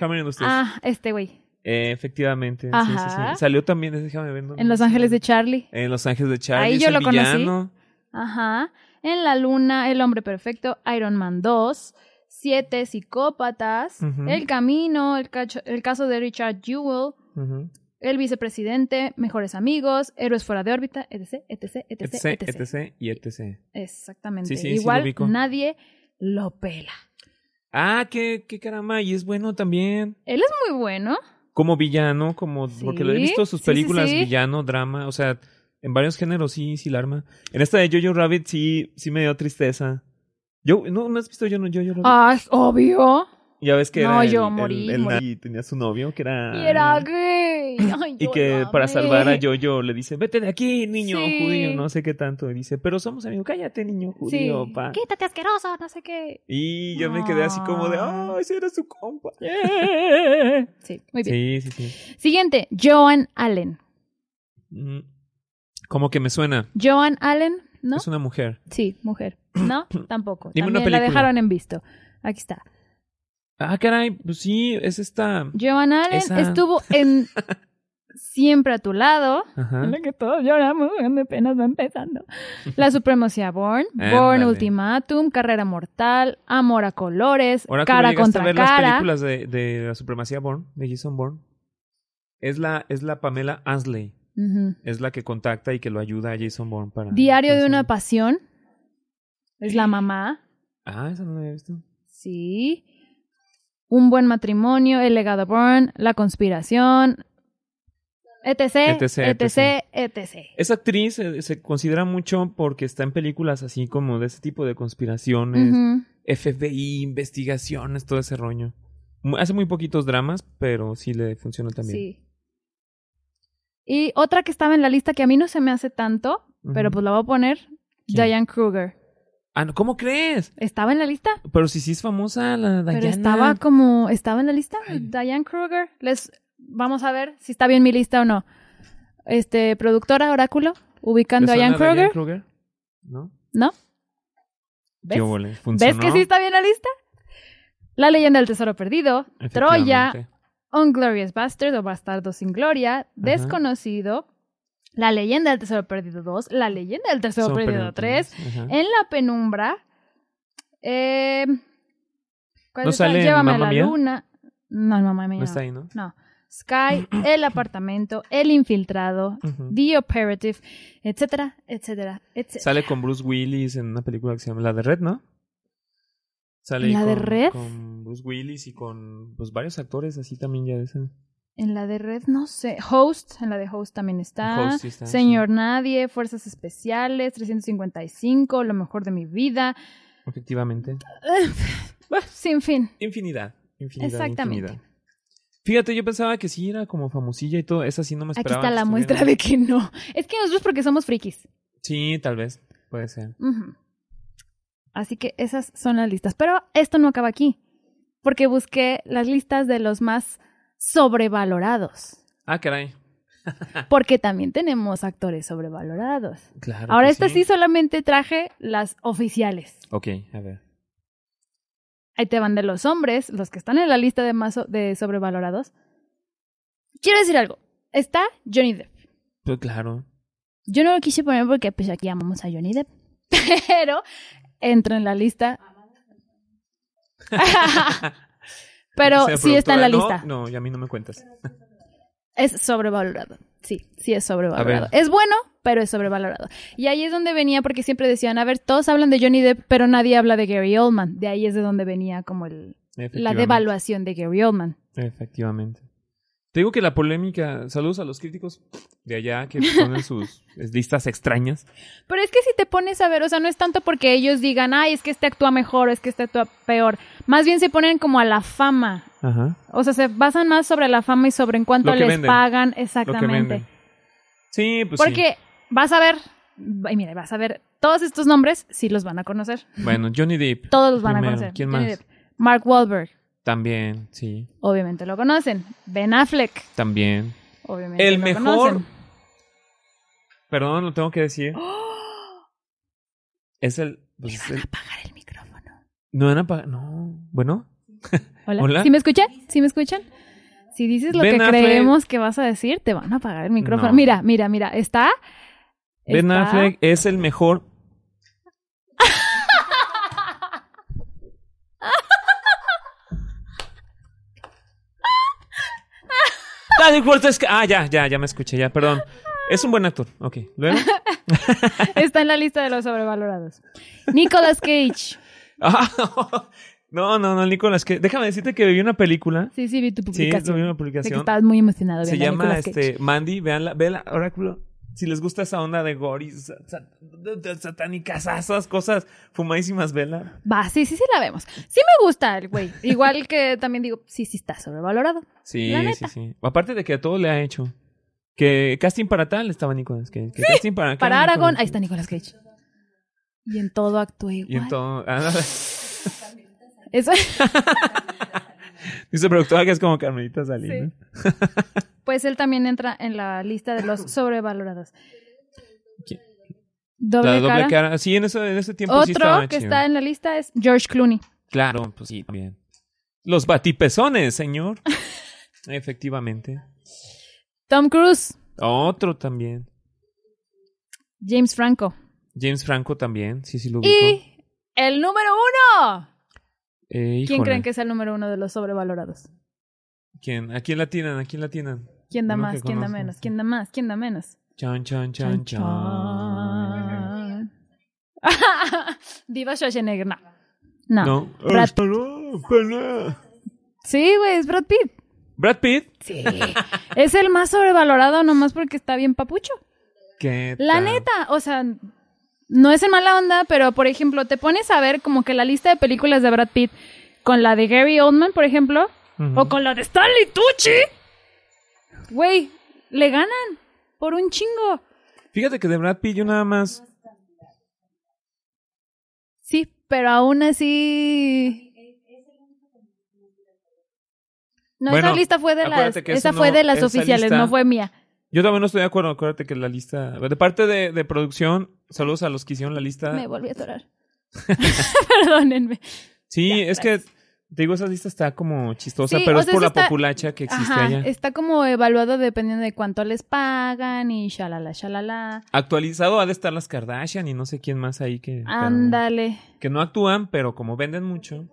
Hammer Industries.
Ah, este güey.
Eh, efectivamente. sí, sí, sí.
Ajá.
Salió también, déjame ver. ¿dónde
En Los
está?
Ángeles de Charlie.
En Los Ángeles de Charlie.
Ahí
es
yo
el
lo conocí.
villano.
Ajá. En la luna, El hombre perfecto, Iron Man 2, Siete psicópatas,
Ujú.
El camino, el, cacho- el caso de Richard Jewell,
Ujú.
el vicepresidente, mejores amigos, héroes fuera de órbita, etc, etc, etc,
etc,
etc.
etc y etc.
Exactamente.
Sí, sí, sí lo
Igual
ubico.
nadie lo pela.
Ah, qué, qué caramba, y es bueno también.
Él es muy bueno.
Como villano, como. Porque lo he
Sí,
visto sus
sí, sí,
películas,
sí.
villano, drama, o sea, en varios géneros sí, sí la arma. En esta de Jojo Rabbit sí, sí me dio tristeza. Yo, ¿no, ¿no has visto yo, no, Jojo Rabbit?
Ay, obvio.
ya ves que
Ah, no,
era el-
yo
el-
morí,
el
morí.
na- y tenía su novio que era.
Y era gay. Ay,
Ah. y
yo
que
lo
para
amé.
salvar a Jojo le dice, vete de aquí, niño
Sí.
judío, no sé qué tanto. Y dice, pero somos amigos, cállate, niño
Sí.
judío, pa.
Quítate asqueroso, no sé qué.
Y yo me quedé así como de,
Ah.
¡ay, ese era su compa!
Sí, muy bien.
Sí, sí, sí.
Siguiente, Joan Allen.
Mm. Como que me suena.
Joan Allen, ¿no?
Es una mujer.
Sí, mujer. No, tampoco.
Dime una
También la
película.
dejaron en visto. Aquí está.
Ah, caray, pues sí, es esta.
Joan Allen
Esa-
estuvo en Siempre a tu lado.
Ajá.
En la que todos lloramos cuando apenas va empezando. La Supremacía Born, Born
Ándale.
Ultimatum, Carrera Mortal, Amor a Colores,
Ahora que
Cara
llegaste a
contra
ver las
Cara.
películas de, de la supremacía Bourne, de Jason Bourne, es la, es la Pamela Ansley.
Ujú.
Es la que contacta y que lo ayuda a Jason Bourne para.
Diario de
para
una
hacer-
Pasión. Es la mamá.
Ah, esa no la había visto.
Sí. Un buen matrimonio, el legado Born, la conspiración, etc,
Etc,
etc, etc.
Esa actriz eh, se, considera mucho porque está en películas así como de ese tipo de conspiraciones.
Ujú.
FBI, investigaciones, todo ese rollo. Mu- Hace muy poquitos dramas, pero sí le funciona también.
Sí. Y otra que estaba en la lista que a mí no se me hace tanto,
Ujú.
pero pues la voy a poner,
¿Quién?
Diane Kruger.
Ah, no, ¿cómo crees?
¿Estaba en la lista?
Pero si sí es famosa la Diana.
Pero estaba como, ¿estaba en la lista?
Ay.
Diane Kruger. Les vamos a ver si está bien mi lista o no. Este, productora Oráculo, ubicando a
¿Le
Diane
suena
Kruger,
¿No?
¿no?
¿Qué
¿Ves?
ole?
¿Ves
¿Funcionó?
que sí está bien la lista? La leyenda del tesoro perdido, Troya,
Efectivamente.
Unglorious Bastard o Bastardo sin Gloria, Desconocido, La leyenda del tesoro perdido 2, La leyenda del tesoro
Son
perdido 3,
penúltimas, ajá.
en la penumbra. Eh, ¿cuál
¿No
es la-
sale en
Llévame a
Mamma
la
Mía?
luna. No, en Mamma Mía
No
no.
está ahí, ¿no?
No. Sky, El apartamento, El infiltrado,
Ujú.
The Operative, etcétera, etcétera, etcétera.
Sale con Bruce Willis en una película que se llama La de Red, ¿no? Sale ahí
¿La de
con,
Red?
con Bruce Willis y con pues, varios actores así también ya de ese.
En la de Red, no sé. Host, en la de Host también está.
Host sí está,
Señor Nadie, Fuerzas Especiales, 355, Lo mejor de mi vida.
Efectivamente.
Sin fin.
Infinidad. Infinidad.
Exactamente.
infinidad. Fíjate, yo pensaba que sí era como famosilla y todo. Esa sí no me
Aquí
esperaba.
está
que
la muestra
estuviera.
de que no. Es que nosotros porque somos frikis.
Sí, tal vez. Puede ser.
Ujú. Así que esas son las listas. Pero esto no acaba aquí. Porque busqué las listas de los más sobrevalorados.
Ah, caray.
Porque también tenemos actores sobrevalorados.
Ah. Claro.
Ahora,
que
esta sí solamente traje las oficiales.
Ok, a ver.
Ahí te van de los hombres, los que están en la lista de más so- de sobrevalorados. Quiero decir algo. Está Johnny Depp.
Pues claro.
Yo no lo quise poner porque pues aquí amamos a Johnny Depp. Pero entra en la lista. Pero
Sea
sí está en la
productora,
lista.
No, no, y a mí no me cuentas.
Es sobrevalorado. Sí, sí es sobrevalorado. Es bueno, pero es sobrevalorado. Y ahí es donde venía porque siempre decían, a ver, todos hablan de Johnny Depp, pero nadie habla de Gary Oldman. De ahí es de donde venía como el, la
Efectivamente.
devaluación de Gary Oldman.
Efectivamente. Te digo que la polémica. Saludos a los críticos de allá que ponen sus listas extrañas.
Pero es que si te pones a ver, o sea, no es tanto porque ellos digan, ay, es que este actúa mejor o es que este actúa peor. Más bien se ponen como a la fama.
Ajá.
O sea, se basan más sobre la fama y sobre en cuánto
Lo que
les
venden.
pagan.
Lo que
Exactamente.
venden. Sí, pues sí.
Porque vas a ver, y mira, vas a ver, todos estos nombres sí los van a conocer.
Bueno, Johnny Depp.
Todos los van
Primero,
a conocer.
¿quién
Johnny
más?
Depp. Mark Wahlberg,
También, sí.
obviamente lo conocen. Ben Affleck,
También.
obviamente
El
lo
mejor.
conocen.
Perdón, lo tengo que decir. Es el. pues,
Le
es
van a
el-
apagar el micrófono.
no van a pa- No. Bueno.
¿Hola?
Hola.
¿Sí me escuchan? ¿Sí me escuchan? Si dices lo
Ben
que
Affleck.
creemos que vas a decir, te van a apagar el micrófono.
No.
Mira, mira, mira, está...
Ben
está-
Affleck es el mejor. Ah, no importa, es que- Ah, ya, ya, ya me escuché, ya, perdón. Es un buen actor. Ok, luego.
Está en la lista de los sobrevalorados. Nicolas Cage.
Ah, no, no, no, Nicolás, que déjame decirte que vi una película.
Sí, sí, vi tu
Sí,
publicación.
lo vi en una
De que
publicación.
estabas muy emocionado.
Se
viendo a
llama
Nicolas Cage.
este Mandy, veanla, veanla, oráculo. Si les gusta esa onda de gory, sa- sa- de- de- satánicas, esas cosas fumadísimas, vela.
Va, sí, sí, sí la vemos. Sí me gusta el güey. Igual que también digo, sí, sí está sobrevalorado.
Sí,
La
sí,
neta.
sí. Aparte de que a todo le ha hecho. Que casting para tal estaba Nicolás. Que, que casting para,
Para
acá,
Aragón,
Nicolas.
ahí está Nicolas Cage. Y en todo actúa igual.
Y entonces.
Eso-
Dice productora que es como Carmelita Salinas.
pues él también entra en la lista de los sobrevalorados.
¿Quién?
Doble,
La doble
cara.
cara. Ah, Sí, en, eso, en ese tiempo sí
Otro
estaba
que
chido.
está en la lista es George Clooney.
Claro, pues sí, también. Los batipezones, señor. Efectivamente.
Tom Cruise,
Otro también.
James Franco.
James Franco también. Sí, sí lo ubico.
Y el número uno.
Eh,
¿Quién
híjole.
creen que es el número uno de los sobrevalorados?
¿Quién? ¿A quién la tienen? ¿A quién la tienen?
¿Quién da
Uno
más?
que
¿Quién da
conozco.
menos? ¿Quién da más? ¿Quién da menos?
Chan, chan,
Chan,
chan, chan.
chan. Diva Schwarzenegger, no. No.
No.
Brad-
Espera, espera.
Sí, güey, es Brad Pitt.
Brad Pitt.
Sí. es el más sobrevalorado nomás porque está bien papucho.
¿Qué
La
tal?
neta, o sea, no es en mala onda, pero por ejemplo, te pones a ver como que la lista de películas de Brad Pitt con la de Gary Oldman, por ejemplo,
Ujú.
o con la de Stanley Tucci. Güey, le ganan por un chingo.
Fíjate que de Brad Pitt yo nada más.
Sí, pero aún así. No, esa
Bueno,
lista fue de las,
acuérdate que
esa
eso
fue
no-
de las
esa
oficiales,
lista-
no fue mía.
Yo también no estoy de acuerdo. Acuérdate que la lista. De parte de, de producción, saludos a los que hicieron la lista.
Me volví a atorar. Perdónenme.
Ah. Sí,
Ya,
es que Te digo, esa lista está como chistosa,
Sí,
pero
o
es
sea,
por la
eso está-
populacha que existe
Ajá,
allá.
está como evaluado dependiendo de cuánto les pagan y shalala, shalala.
Actualizado ha de estar las Kardashian y no sé quién más ahí que... pero-
Ándale.
que no actúan, pero como venden mucho...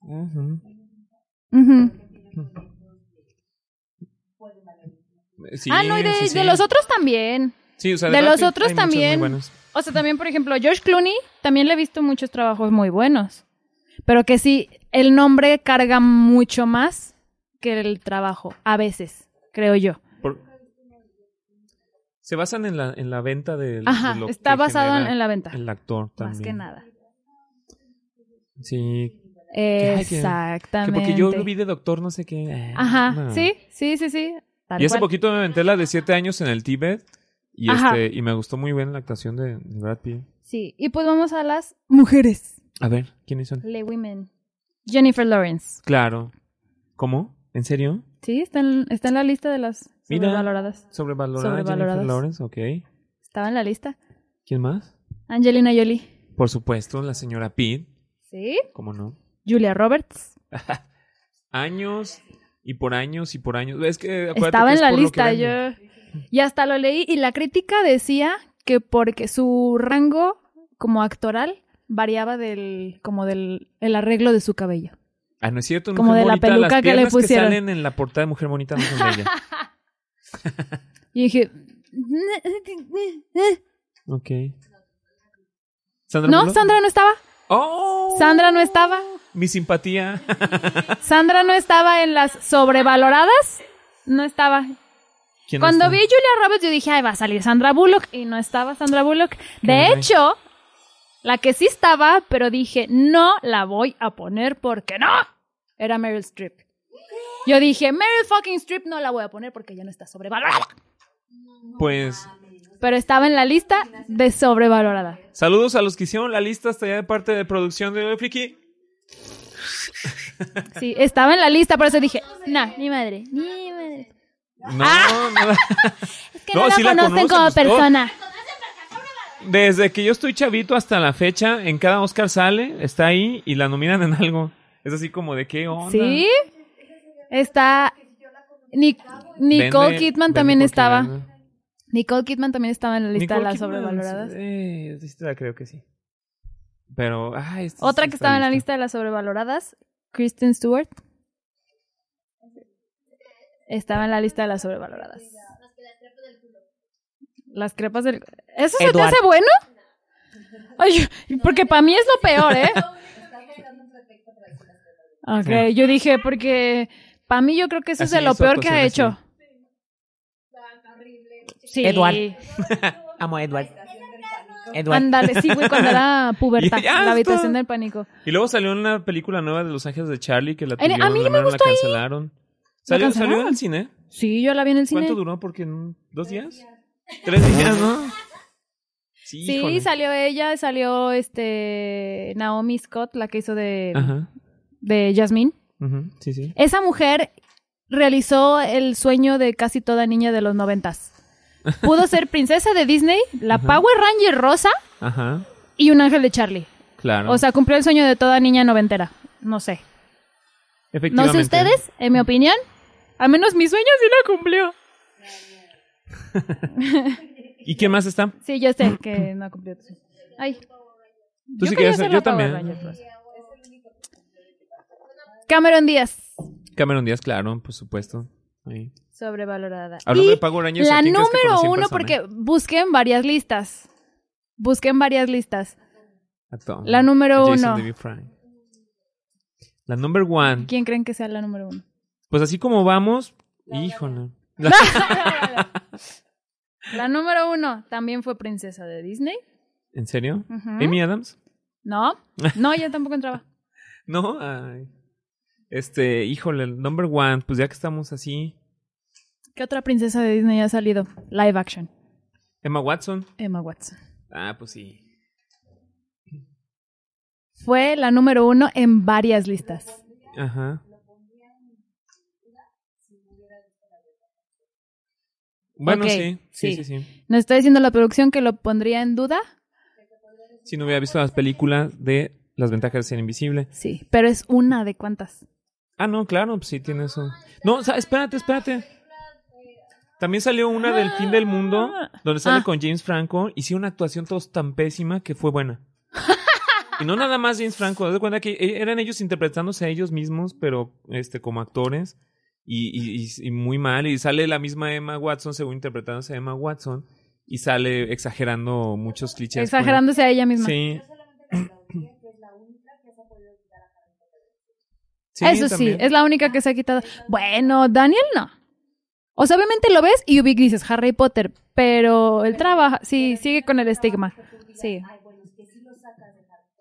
Ujú.
Ujú.
Sí,
ah, no, y de,
sí, sí.
de los otros también.
Sí, o sea,
de
Brad
los
Pitt
otros
hay muchos muy
también.
buenos.
O sea, también, por ejemplo, George Clooney, también le he visto muchos trabajos muy buenos. Pero que sí, el nombre carga mucho más que el trabajo, a veces, creo yo.
Por- Se basan en la, en la venta del...
Ajá,
de lo
está
que
basado en-
genera
en la venta,
El actor también.
más que nada.
Sí. ay, que- Que
Exactamente.
porque yo vi de doctor no sé qué. eh,
Ajá,
no.
sí, sí, sí, sí. tal
Y hace
cual.
poquito me aventé la de siete años en el Tíbet. Y,
Ajá.
este, y me gustó muy bien la actuación de de Brad Pitt.
Sí, y pues vamos a las mujeres.
A ver, ¿quiénes son?
Le Women. Jennifer Lawrence.
Claro. ¿Cómo? ¿En serio?
Sí, está en, está en la lista de las
Mira.
sobrevaloradas.
Sobrevalorada Jennifer
Sobrevaloradas.
Lawrence, ok.
Estaba en la lista.
¿Quién más?
Angelina Jolie.
Por supuesto, la señora Pitt,
Sí.
¿cómo no?
Julia Roberts.
Años y por años y por años. Es que acuérdate
Estaba
que
en
es
la
por lo que
lista. Yo...
venden.
Y hasta lo leí. Y la crítica decía que porque su rango como actoral variaba del como del el arreglo de su cabello.
Ah, no es cierto, en
Como
Mujer
de la
Bonita,
peluca
las
que le
piernas que,
pusieron.
salen en la portada de Mujer Bonita no son de ella.
Y dije,
Ok. ¿Sandra
no,
Bullock?
Sandra no estaba.
¡Oh!
Sandra no estaba.
Mi simpatía.
Sandra no estaba en las sobrevaloradas. No estaba.
¿Quién
Cuando
está?
vi a Julia Roberts, yo dije, ay, va a salir Sandra Bullock. Y no estaba Sandra Bullock. De
Caray.
hecho, la que sí estaba, pero dije, no la voy a poner porque no. Era Meryl Streep. Yo dije, Meryl fucking Streep no la voy a poner porque ya no está sobrevalorada.
Pues,
Pero estaba en la lista de sobrevalorada.
saludos a los que hicieron la lista hasta allá de parte de producción de Hoy Friki.
Sí, estaba en la lista, por eso dije, no, ni madre, ni madre.
No,
Ah. Es que
No,
no,
sí la
la
conocen,
conocen como
pues, no.
persona.
no. Desde que yo estoy chavito hasta la fecha, en cada Oscar sale, está ahí y la nominan en algo. Es así como de qué onda.
Sí. Está. Nic-
Vende-
Nicole Kidman
vende
también
porque
estaba.
vende.
Nicole Kidman también estaba en la lista
Nicole
de las
Kidman,
sobrevaloradas.
Eh, sí, la creo que sí. Pero, ah, esta-
Otra que
esta
estaba en la lista de las sobrevaloradas, Kristen Stewart. Estaba en la lista de las sobrevaloradas. Las crepas del ¿Eso
Eduard.
se te hace bueno? Ay, yo- porque para mí es lo peor, ¿eh? Ok, yo dije, porque para mí yo creo que eso es
Así
de lo
hizo
peor que ha
actuación
hecho.
así.
Sí.
Eduard. Amo a Edward. Edward.
Ándale, sí, güey, cuando era pubertad,
Y ya
la habitación
está.
del pánico.
Y luego salió una película nueva de Los Ángeles de Charlie que la
Ay, a
tuvieron,
mí
la, mero la cancelaron. Salió,
cancelaron?
salió en el cine.
Sí, yo la vi en el cine.
¿Cuánto duró? Porque en dos días, tres días, ¿no? Sí,
Sí,
híjole.
salió ella, salió este Naomi Scott, la que hizo de,
Ajá.
de Jasmine.
ujú, Sí, sí.
Esa mujer realizó el sueño de casi toda niña de los noventas. Pudo ser princesa de Disney, la
Ajá.
Power Ranger rosa
Ajá.
y un ángel de Charlie.
Claro.
O sea, cumplió el sueño de toda niña noventera. No sé. No
Efectivamente.
sé ustedes, en mi opinión, al menos mi sueño sí lo cumplió.
¿Y quién más está?
Sí, yo sé que no cumplió tu sueño. Ay.
Tú sí quieres
yo quería
ser-
ser
yo
la Power
también.
Ranger rosa. pues. Cameron Díaz.
Cameron Díaz, claro, por supuesto. Ahí.
Sobrevalorada.
Hablando
Y
de Pago Rangers,
la
¿a quién crees que
número
conocí en
uno,
persona?
porque busquen varias listas. Busquen varias listas.
A Tom,
la número
a Ah, Jason
uno.
David Frank. La number one.
¿Quién creen que sea la número uno?
Pues así como vamos, híjole.
La número uno también fue princesa de Disney.
¿En serio?
Ujú.
¿Amy Adams?
No, no, yo tampoco entraba.
No, ay. Este, híjole, el number one, pues ya que estamos así.
¿Qué otra princesa de Disney ha salido? Live action.
Emma Watson.
Emma Watson.
Ah, pues sí.
Fue la número uno en varias listas.
Ajá. Bueno,
Ok,
sí, sí, sí,
sí.
sí.
Nos está diciendo la producción que lo pondría en duda.
Si no hubiera visto las películas de las ventajas de ser invisible.
Sí, pero es una de cuantas.
Ah, no, claro, pues sí tiene eso. No, o sea, espérate, espérate. También salió una del fin del mundo, donde sale
Ah.
con James Franco, y sí una actuación todos tan pésima que fue buena. Y no nada más James Franco, haz de cuenta que e- eran ellos interpretándose a ellos mismos, pero este como actores, y, y- y- y muy mal, y sale la misma Emma Watson, según interpretándose a Emma Watson, y sale exagerando muchos clichés. pues.
exagerándose a ella misma.
Sí.
Eso sí, es la única que se ha quitado. Bueno, Daniel no. O sea, obviamente lo ves y ubic dices Harry Potter, pero él trabaja, sí, sigue con el estigma. Sí,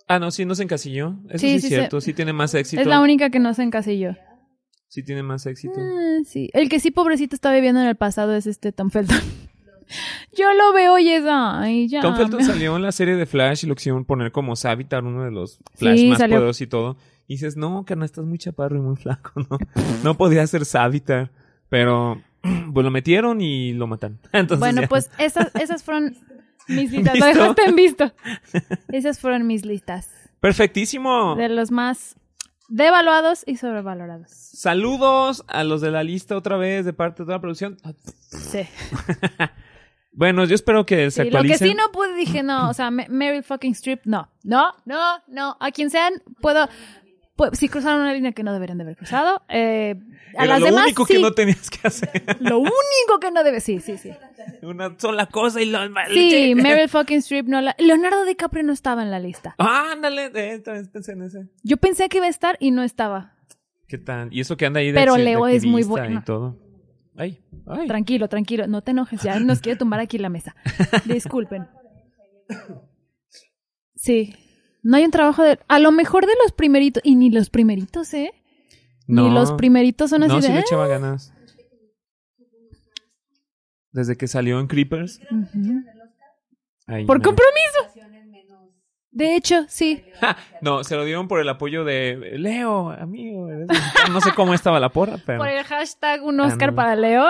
Ah, no, sí, no se encasilló. Eso
Sí,
sí,
sí
es
se-
cierto. Sí tiene más éxito.
es la única que no se encasilló.
Sí tiene más éxito.
Ah, sí. El que sí, pobrecito, está viviendo en el pasado es este Tom Felton. Yo lo veo y es, ay, ya.
Tom Felton
me-
salió en la serie de Flash y lo quisieron poner como Savitar, uno de los Flash
Sí,
más
salió.
poderosos y todo. Y dices, no, carnal, estás muy chaparro y muy flaco, ¿no? No podía ser Savitar. Pero, pues lo metieron y lo mataron. Entonces,
bueno,
ya.
pues esas, esas fueron mis listas.
¿Visto?
Lo dejaste en visto. Esas fueron mis listas.
Perfectísimo.
De los más devaluados y sobrevalorados.
Saludos a los de la lista otra vez de parte de toda la producción.
Sí.
Bueno, yo espero que se
Sí, lo que
actualicen.
sí no pude, dije, no, o sea, Ma- Meryl fucking Streep, no. No, no, no. A quien sean, puedo... pu- si cruzaron una línea que no deberían de haber cruzado. eh, a
Era
las
lo
demás,
único
sí.
que no tenías que hacer.
Lo único que no debe... Sí, sí, sí.
Una sola cosa y lo...
Sí, Meryl fucking Streep no la... Leonardo DiCaprio no estaba en la lista.
Ah, ándale, eh, también pensé en ese.
Yo pensé que iba a estar y no estaba.
¿Qué tal? Y eso que anda ahí de
Pero
acci- de
Leo es muy
activista
bueno.
Y todo. Ay, ay.
Tranquilo, tranquilo, no te enojes, ya nos quiere tumbar aquí la mesa. Disculpen. Sí. No hay un trabajo de... A lo mejor de los primeritos, y ni los primeritos, ¿eh? Ni los primeritos son así
No,
de...
sí le
"Eh".
echaba ganas. Desde que salió en Creepers.
Ujú.
ahí
Por
me-
compromiso. De hecho, sí.
Ja, no, se lo dieron por el apoyo de Leo, amigo. eres mexicano". No sé cómo estaba la porra, pero.
Por el hashtag un Oscar
Ándale.
para Leo.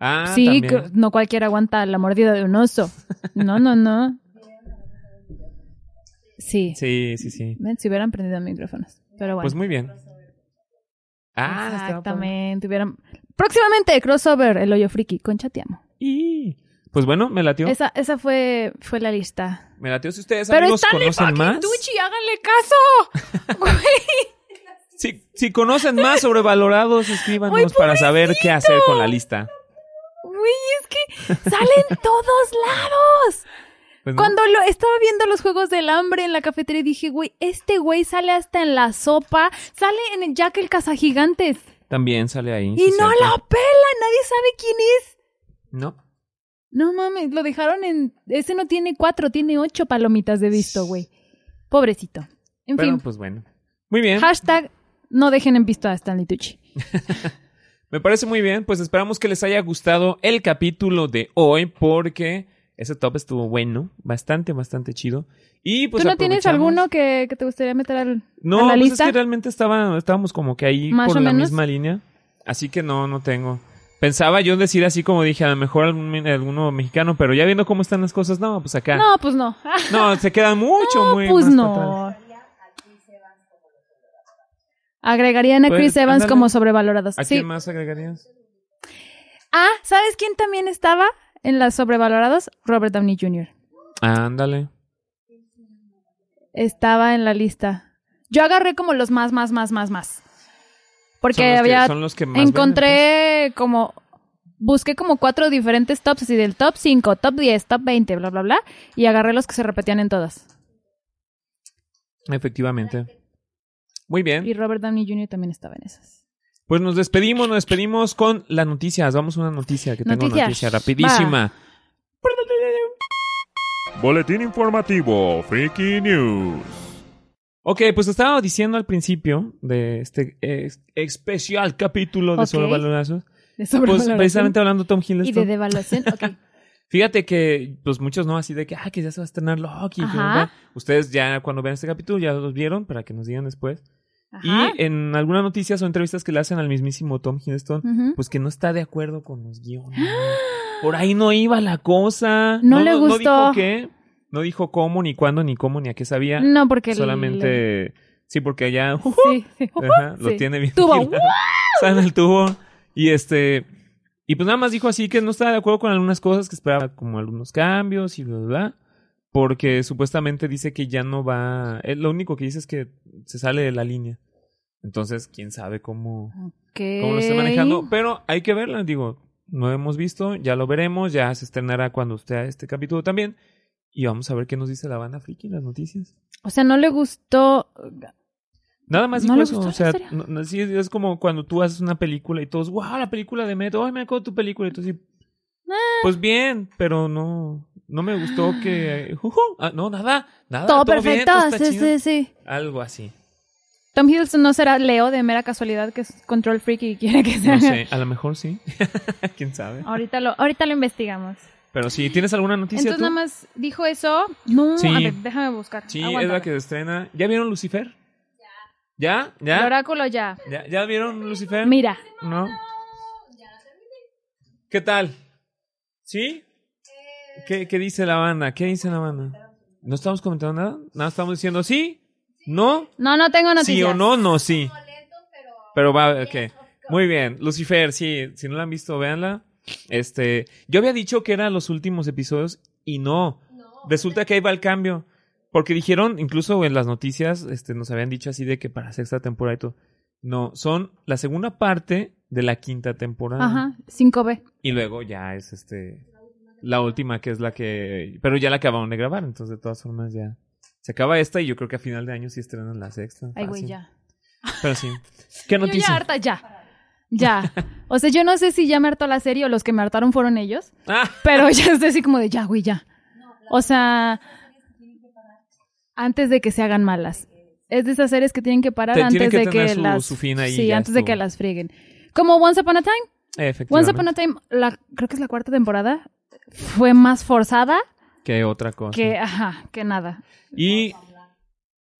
Ah,
sí,
también.
que no cualquiera aguanta la mordida de un oso. No, no, no. Sí.
Sí, sí, sí.
Ven, Si hubieran prendido micrófonos. Pero bueno.
Pues muy bien. Ah, estaba padre.
Exactamente. Hubieran... Próximamente, crossover, el hoyo friki, con Chateamo.
Y... Pues bueno, me latió.
Esa, esa fue, fue la lista.
Me latió si ustedes
Pero
amigos
Stanley
conocen más.
Duchi, háganle caso. Güey,
Si, si conocen más sobre valorados, escríbanos para saber qué hacer con la lista.
güey, es que salen todos lados.
Pues, ¿no?
Cuando lo estaba viendo los juegos del hambre en la cafetería, dije, güey, este güey sale hasta en la sopa, sale en el Jack el cazagigantes.
También sale ahí.
Y no
cierto.
la pela, nadie sabe quién es.
No.
No mames, lo dejaron en. Ese no tiene cuatro, tiene ocho palomitas de visto, güey. Pobrecito. En
Pero
fin.
pues bueno. Muy bien.
Hashtag no dejen en visto a Stanley Tucci.
Me parece muy bien. Pues esperamos que les haya gustado el capítulo de hoy porque ese top estuvo bueno. Bastante, bastante chido. Y pues
¿Tú no tienes
aprovechamos-
alguno que, que te gustaría meter al,
No,
a la
pues
lista?
es que realmente estaba, estábamos como que ahí
Más
por
o
la
menos.
misma línea. Así que no, no tengo. Pensaba yo en decir así como dije, a lo mejor algún- alguno mexicano, pero ya viendo cómo están las cosas, no, pues acá.
No, pues no.
No, se queda mucho, muy
pues
más para atrás.
no. Agregarían a
Pues,
Chris Evans
ándale.
como sobrevalorados.
¿A
Sí.
quién más agregarías?
Ah, ¿sabes quién también estaba en las sobrevalorados? Robert Downey Jr.
Ándale.
Estaba en la lista. Yo agarré como los más, más, más, más, más.
Son
Porque
los que-
había
son los que más venden, pues.
Encontré como. Busqué como cuatro diferentes tops, así del top 5, top 10, top 20, bla, bla, bla. Y agarré los que se repetían en todas.
Efectivamente. pues. Muy bien.
Y Robert Downey Jr. también estaba en esas.
Pues nos despedimos, nos despedimos con las noticias. Vamos a una noticia, que tengo
Noticias.
noticia rapidísima.
Boletín informativo, Freaky News.
Ok, pues estaba diciendo al principio de este ex- especial capítulo de
Ok.
sobrevalorados.
De
Pues
sobrevaloración
precisamente hablando Tom
Y de
Hiddleston.
devaluación. ok.
Fíjate que pues muchos no así de que ah que ya se va a estrenar Loki. que
Ajá.
¿verdad? Ustedes ya cuando vean este capítulo ya los vieron para que nos digan después.
Ajá.
Y en algunas noticias o entrevistas que le hacen al mismísimo Tom Hiddleston,
Ujú.
pues que no está de acuerdo con los guiones. Por ahí no iba la cosa.
No le gustó. Mm,
dijo qué. No dijo cómo, ni cuándo, ni cómo, ni a qué sabía.
No, porque... el-
Solamente. Sí, porque allá.
Sí, sí.
Ajá, lo
Sí.
tiene bien.
Tubo,
vigilado. Sale el tubo. Y este. Y pues nada más dijo así que no estaba de acuerdo con algunas cosas, que esperaba como algunos cambios y bla, bla, bla. Porque supuestamente dice que ya no va. eh, lo único que dice es que se sale de la línea. Entonces, quién sabe cómo,
Ok.
cómo lo esté manejando. Pero hay que verla, digo. No hemos visto, ya lo veremos, ya se estrenará cuando esté este capítulo también. Y vamos a ver qué nos dice la banda friki en las noticias.
O sea, no le gustó...
Ah, Nada más dijo
¿No le
eso,
gustó
o
la
sea,
historia?
no- no, sí, es, es como cuando tú haces una película y todos, wow, la película de Met, ay, me acuerdo de tu película, y tú así,
Ah.
pues bien, pero no, no me gustó que, ujú, ah, no, nada, nada,
Todo,
bien,
perfecto.
todo está
sí,
chido".
sí, sí.
Algo así,
Tom Hiddleston no será Leo de mera casualidad que es control freak y quiere que sea.
no sé, a lo mejor sí, quién sabe,
Ahorita lo, ahorita lo investigamos.
pero sí, ¿tienes alguna noticia
Entonces
tú?
nada más dijo eso. No,
Sí.
a ver, déjame buscar. Ah,
Sí,
Aguanta,
es
a
la
ver.
que se estrena, ¿ya vieron Lucifer? ¿Ya?
El
¿Ya?
oráculo ya.
¿Ya, ¿Ya vieron Lucifer?
Mira,
¿No? ¿Qué tal? ¿Sí? ¿Qué, qué dice la banda? ¿Qué dice la banda? ¿No estamos comentando nada? Nada, estamos diciendo sí, no,
no, no tengo noticias.
sí o no, no, sí. Pero va, ok. Muy bien, Lucifer, sí, si no la han visto, véanla. Este, yo había dicho que eran los últimos episodios y no. Resulta que ahí va el cambio. Porque dijeron, incluso en las noticias, este, nos habían dicho así de que para sexta temporada y todo. No, son la segunda parte de la quinta temporada.
Ajá, 5B.
Y luego ya es este la última que es la que pero ya la acabaron de grabar, entonces de todas formas ya se acaba esta y yo creo que a final de año sí estrenan la sexta. Ah,
Ay, güey,
fácil.
ya.
Pero sí. ¿Qué
Yo ya
noticia?
harta, ya. Ya. O sea, yo no sé si ya me hartó la serie o los que me hartaron fueron ellos.
Ah,
Pero ya estoy así como de ya, güey, ya. O sea, antes de que se hagan malas. Es de esas series que tienen que parar
Te- tiene
antes
que
de que
tener su-
las.
su fin ahí y
sí,
ya
antes de que
estuvo.
las frieguen. Como Once Upon a Time. Once
efectivamente.
Upon a Time, la, creo que es la cuarta temporada. Fue más forzada
¿Qué otra cosa?
que, ajá, que nada.
Y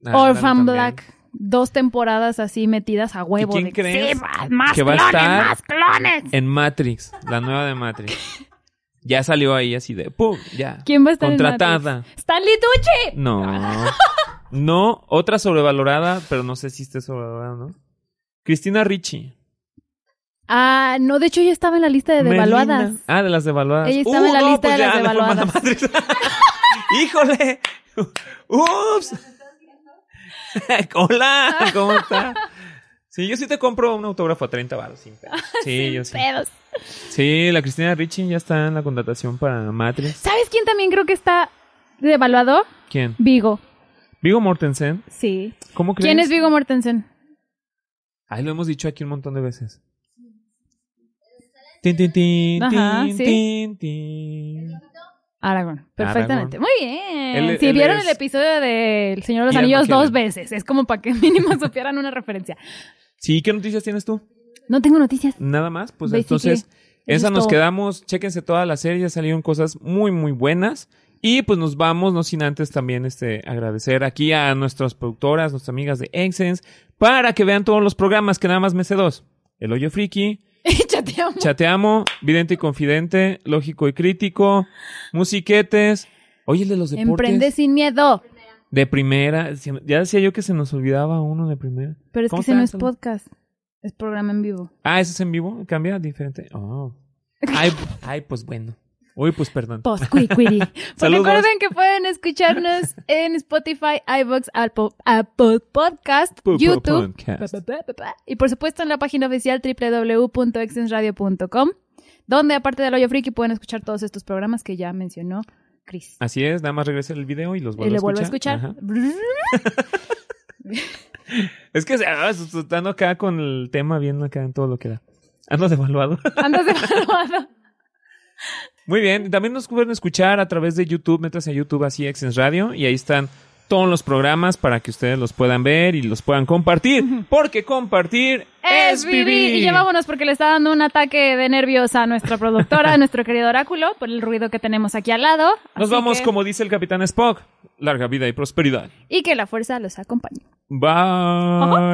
Ah,
Orphan
también.
Black, dos temporadas así metidas a huevo.
quién
de que,
crees
"Sí, va- más
que va a
clones,
estar
más clones.
En Matrix, la nueva de Matrix. ya salió ahí así de pum, ya.
¿Quién va a estar en
contratada?
Matrix? Stanley Tucci.
No. No, otra sobrevalorada, pero no sé si esté sobrevalorada, ¿no? Cristina Ricci.
Ah, no, de hecho ella estaba en la lista de devaluadas.
Melina. Ah, de las devaluadas. Uh,
Ella estaba en la lista de las
le fue mal a
devaluadas.
Matrix. ¡Híjole! ¡Ups! Hola, ¿cómo está? Sí, yo sí te compro un autógrafo a 30 baros. Sin pedo. Sí, yo sí.
Pedos.
Sí, la Cristina Ricci ya está en la contratación para Matrix.
¿Sabes quién también creo que está devaluado?
¿Quién?
Vigo.
Vigo Mortensen.
Sí.
¿Cómo crees?
¿Quién es Vigo Mortensen?
Ahí lo hemos dicho aquí un montón de veces. Tin, tin, tin,
Ajá,
tin,
sí.
tin, tin.
Aragón. Perfectamente. Muy bien.
Él-
si
él
vieron
es-
el episodio de El Señor de los
Ian
Anillos
McKellen.
dos veces, es como para que mínimo supieran una referencia.
Sí, ¿qué noticias tienes tú?
No tengo noticias.
Nada más, pues
Basically,
entonces
eso
esa
es
nos
todo.
quedamos. Chéquense toda la serie, ya salieron cosas muy muy buenas y pues nos vamos, no sin antes también este agradecer aquí a nuestras productoras, nuestras amigas de Exens para que vean todos los programas que nada más me sé dos. El hoyo friki,
Chateamos.
chateamo, vidente y confidente, lógico y crítico, musiquetes. Oye, el de los deportes.
Emprende sin miedo.
De primera. se- Ya decía yo que se nos olvidaba uno de primera.
Pero es que
¿Cómo
ese no es
estás?
podcast. Es programa en vivo.
Ah, ¿eso es en vivo? ¿Cambia? ¿Diferente? Oh. Ay, ay, pues bueno. Uy, pues perdón.
Post Quiquiri. Pues
Saludos.
recuerden que pueden escucharnos en Spotify, iVoox, Apple, Apple Podcast,
Pu- pu-
YouTube.
podcast.
Pa, pa, pa, pa, pa. Y por supuesto en la página oficial www.extensradio.com, donde aparte del hoyo friki pueden escuchar todos estos programas que ya mencionó Chris.
Así es, nada más regresa el video y los
Y
vuelvo
le
a escuchar.
vuelvo a escuchar.
Ajá. Es que ah, estando acá con el tema, viendo acá en todo lo que da. Ando devaluado.
Andas evaluado.
Muy bien, también nos pueden escuchar a través de YouTube, métanse a YouTube así Exens Radio y ahí están todos los programas para que ustedes los puedan ver y los puedan compartir, porque compartir
Es Vivi. Y ya vámonos porque le está dando un ataque de nervios a nuestra productora, a nuestro querido oráculo, por el ruido que tenemos aquí al lado.
Nos
Así
vamos,
que-
como dice el capitán Spock, larga vida y prosperidad.
Y que la fuerza los acompañe.
Bye.